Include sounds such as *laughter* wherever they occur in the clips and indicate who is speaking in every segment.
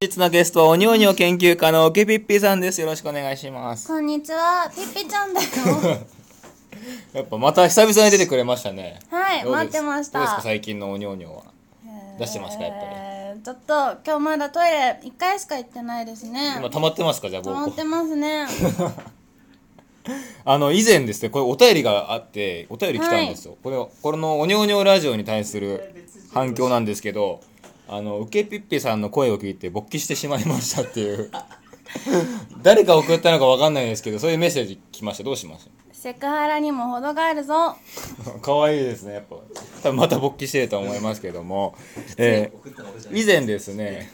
Speaker 1: 本日のゲストはおにおにを研究家のオケピッピさんですよろしくお願いします
Speaker 2: こんにちは、ピッピちゃんだよ。
Speaker 1: *laughs* やっぱまた久々に出てくれましたね
Speaker 2: はい
Speaker 1: どうです
Speaker 2: 待ってました
Speaker 1: どうですか最近のおにおにょは出してますかやっぱ
Speaker 2: えーちょっと今日まだトイレ一回しか行ってないですね。
Speaker 1: り今溜まってますかじゃあ
Speaker 2: 溜まっ
Speaker 1: 僕
Speaker 2: てますね。
Speaker 1: あの以前ですねこれお便りがあってお便り来たんですよ、これをこれのおにょおにょラジオに対する反響なんですけどあのウケピッピさんの声を聞いて勃起してしまいましたっていう
Speaker 2: *laughs*
Speaker 1: 誰が送ったのかわかんないですけどそういうメッセージ来ましたどうしました
Speaker 2: セクハラにも程があるぞ。
Speaker 1: 可愛いですねやっぱ多分また勃起してると思いますけども、えー以前ですね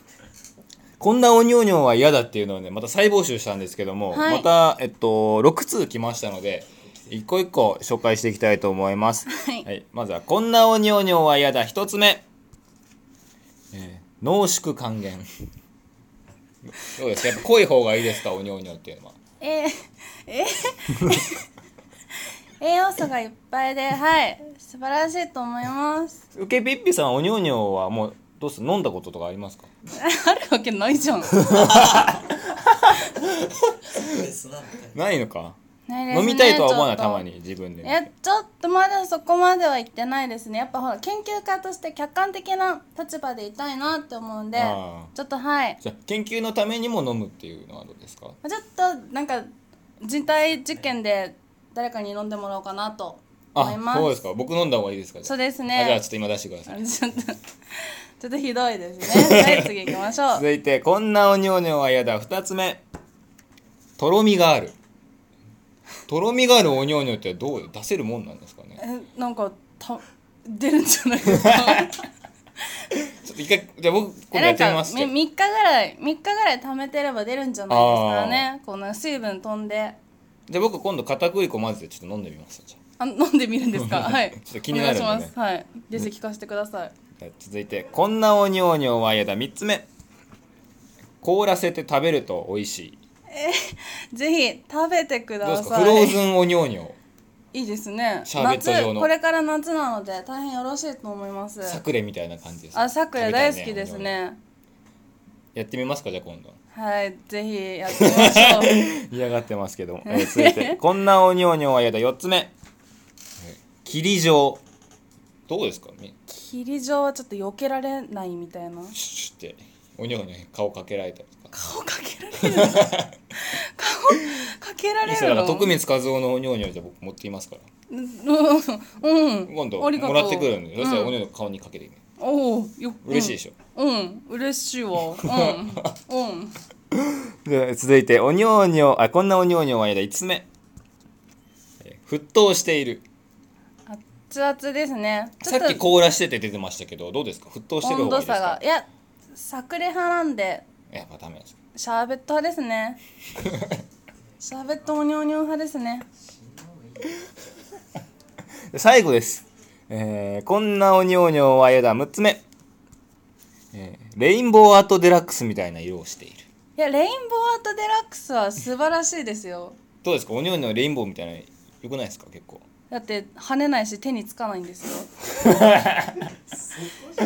Speaker 1: こんなおにょにょは嫌だっていうのをねまた再募集したんですけども、
Speaker 2: はい
Speaker 1: また、えっと、6通来ましたので一個一個紹介していきたいと思います、
Speaker 2: はい
Speaker 1: まずは「こんなおにょにょは嫌だ」1つ目、えー濃縮還元どうですかやっぱ濃い方がいいですかおにょにょっていうのは
Speaker 2: えー、えー *laughs* 栄養素がいっぱいで、はい、素晴らしいと思い
Speaker 1: *laughs*
Speaker 2: ます。
Speaker 1: ウケピッピさんはおにょにょはもうどうす飲んだこととかありますか
Speaker 2: あるわけないじゃん。
Speaker 1: ないのか
Speaker 2: ないですね
Speaker 1: 飲みたいとは思わない
Speaker 2: ち
Speaker 1: た
Speaker 2: ょっと
Speaker 1: まに自分で
Speaker 2: えちょっとまだそこまでは行ってないですねやっぱほら研究家として客観的な立場でいたいなって思うんで
Speaker 1: あー
Speaker 2: ちょっとはい
Speaker 1: じゃあ研究のためにも飲むっていうのはどうですか
Speaker 2: ちょっとなんか人体実験で誰かに飲んでもらおうかなと思い
Speaker 1: あ
Speaker 2: ます
Speaker 1: そうですか僕飲んだ方がいいですかじゃあ
Speaker 2: そうです
Speaker 1: あじゃあ
Speaker 2: ね
Speaker 1: ちょっと今出してください
Speaker 2: *laughs* ちょっとちょっとひどいです
Speaker 1: *laughs*
Speaker 2: ねはい次行きましょう
Speaker 1: 続いてこんなおにょおにょは嫌だ2つ目とろみがあるとろみがあるおにょおにょってどう出せるもんなんですかね
Speaker 2: えなんかた出るんじゃない
Speaker 1: *laughs*
Speaker 2: ですか
Speaker 1: ちょっと一回じゃあ僕こ
Speaker 2: え
Speaker 1: れ
Speaker 2: な
Speaker 1: やっ
Speaker 2: ん
Speaker 1: てみ
Speaker 2: か
Speaker 1: ま
Speaker 2: み
Speaker 1: す
Speaker 2: 3日ぐらい3日ぐらい貯めてれば出るんじゃないですかねこの水分飛んで
Speaker 1: じゃあ僕今度片栗粉混ぜてちょっと飲んでみますじゃあ
Speaker 2: あ飲んでみるん
Speaker 1: *laughs*
Speaker 2: ですかはい
Speaker 1: ちょっと気になるんでね
Speaker 2: お願いしますはいぜひ聞かせてください
Speaker 1: じゃあ続いてこんなおにょおにょは嫌だ3つ目凍らせて食べると美味しい
Speaker 2: ぜひ食べてく
Speaker 1: どうで
Speaker 2: だ
Speaker 1: すか
Speaker 2: さ
Speaker 1: フローズ
Speaker 2: い
Speaker 1: ンおにょおにょ
Speaker 2: いいですね
Speaker 1: シャーベット状の
Speaker 2: 夏これから夏なので大変よろしいと思います
Speaker 1: サクレみたいな感じです
Speaker 2: あさくら大好きです
Speaker 1: 食べたい
Speaker 2: ね
Speaker 1: やってみますかじゃあ今度
Speaker 2: はいぜひやってみましょう
Speaker 1: 嫌がってますけども、えー続い
Speaker 2: *laughs*
Speaker 1: てこんなおにょおにょは嫌だ4つ目えー霧状どうですかみ
Speaker 2: 霧状はちょっと避けられないみたいな
Speaker 1: シュッシュっておにょおにょに顔かけられたりとか
Speaker 2: 顔かけられるの顔かけら
Speaker 1: い
Speaker 2: れ
Speaker 1: つだ
Speaker 2: る
Speaker 1: か
Speaker 2: の
Speaker 1: ら徳光和夫のおにょおにょじゃ僕持っていますから
Speaker 2: うんうん
Speaker 1: 今度
Speaker 2: ありがと
Speaker 1: も
Speaker 2: う
Speaker 1: らってくるんでそしたら
Speaker 2: うん
Speaker 1: おにょおにょ顔にかけてみる
Speaker 2: おおよ
Speaker 1: 嬉しいでしょ、
Speaker 2: うん、嬉しい
Speaker 1: *laughs*
Speaker 2: わ。うん、うん。
Speaker 1: で続いておにょおにょあこんなおにょおにょは嫌だ5つ目えー沸騰している
Speaker 2: 熱々ですね。
Speaker 1: さっき凍らしてて出てましたけどどうですか沸騰してる
Speaker 2: 温
Speaker 1: 方が
Speaker 2: 度
Speaker 1: いいです
Speaker 2: 差が
Speaker 1: か。
Speaker 2: いや、作例派なんで、
Speaker 1: やっぱダメですか
Speaker 2: シャーベット派です
Speaker 1: *laughs*
Speaker 2: ね。シャーベットおにょおにょ派ですね。
Speaker 1: で最後です、えーこんなおにょおにょは嫌だ6つ目、えーレインボーアートデラックスみたいな色をしている
Speaker 2: いや、レインボーアートデラックスは素晴らしいですよ。
Speaker 1: どうですかおにょおにょレインボーみたいなよくないですか結構
Speaker 2: だって跳ねないし手につかないんです
Speaker 1: *laughs*
Speaker 2: よ。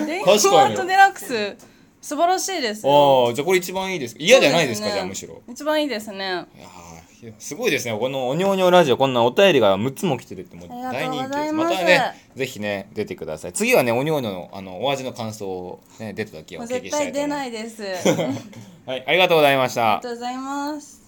Speaker 2: レインボー
Speaker 1: 確か
Speaker 2: ア
Speaker 1: に
Speaker 2: ートデラックス素晴らしいですよ。
Speaker 1: ああじゃあこれ一番いいですか嫌じゃないですか
Speaker 2: そう
Speaker 1: じゃあむしろ。
Speaker 2: 一番いいですね。
Speaker 1: いやーいやすごいですねこのおにょおにょラジオこんなお便りが6つも来てるってもう
Speaker 2: あり
Speaker 1: 大人
Speaker 2: がとう
Speaker 1: 気で
Speaker 2: ござ
Speaker 1: す
Speaker 2: い
Speaker 1: ま
Speaker 2: ます
Speaker 1: たねぜひね出てください次はねおにょおにょのあのお味の感想を、ね、出た時は
Speaker 2: も
Speaker 1: お
Speaker 2: う
Speaker 1: 聞き
Speaker 2: 絶
Speaker 1: した
Speaker 2: 対
Speaker 1: いと
Speaker 2: 出
Speaker 1: *laughs* 思いま
Speaker 2: な
Speaker 1: す
Speaker 2: いです。あり
Speaker 1: はいありがとうございました
Speaker 2: がとうございます。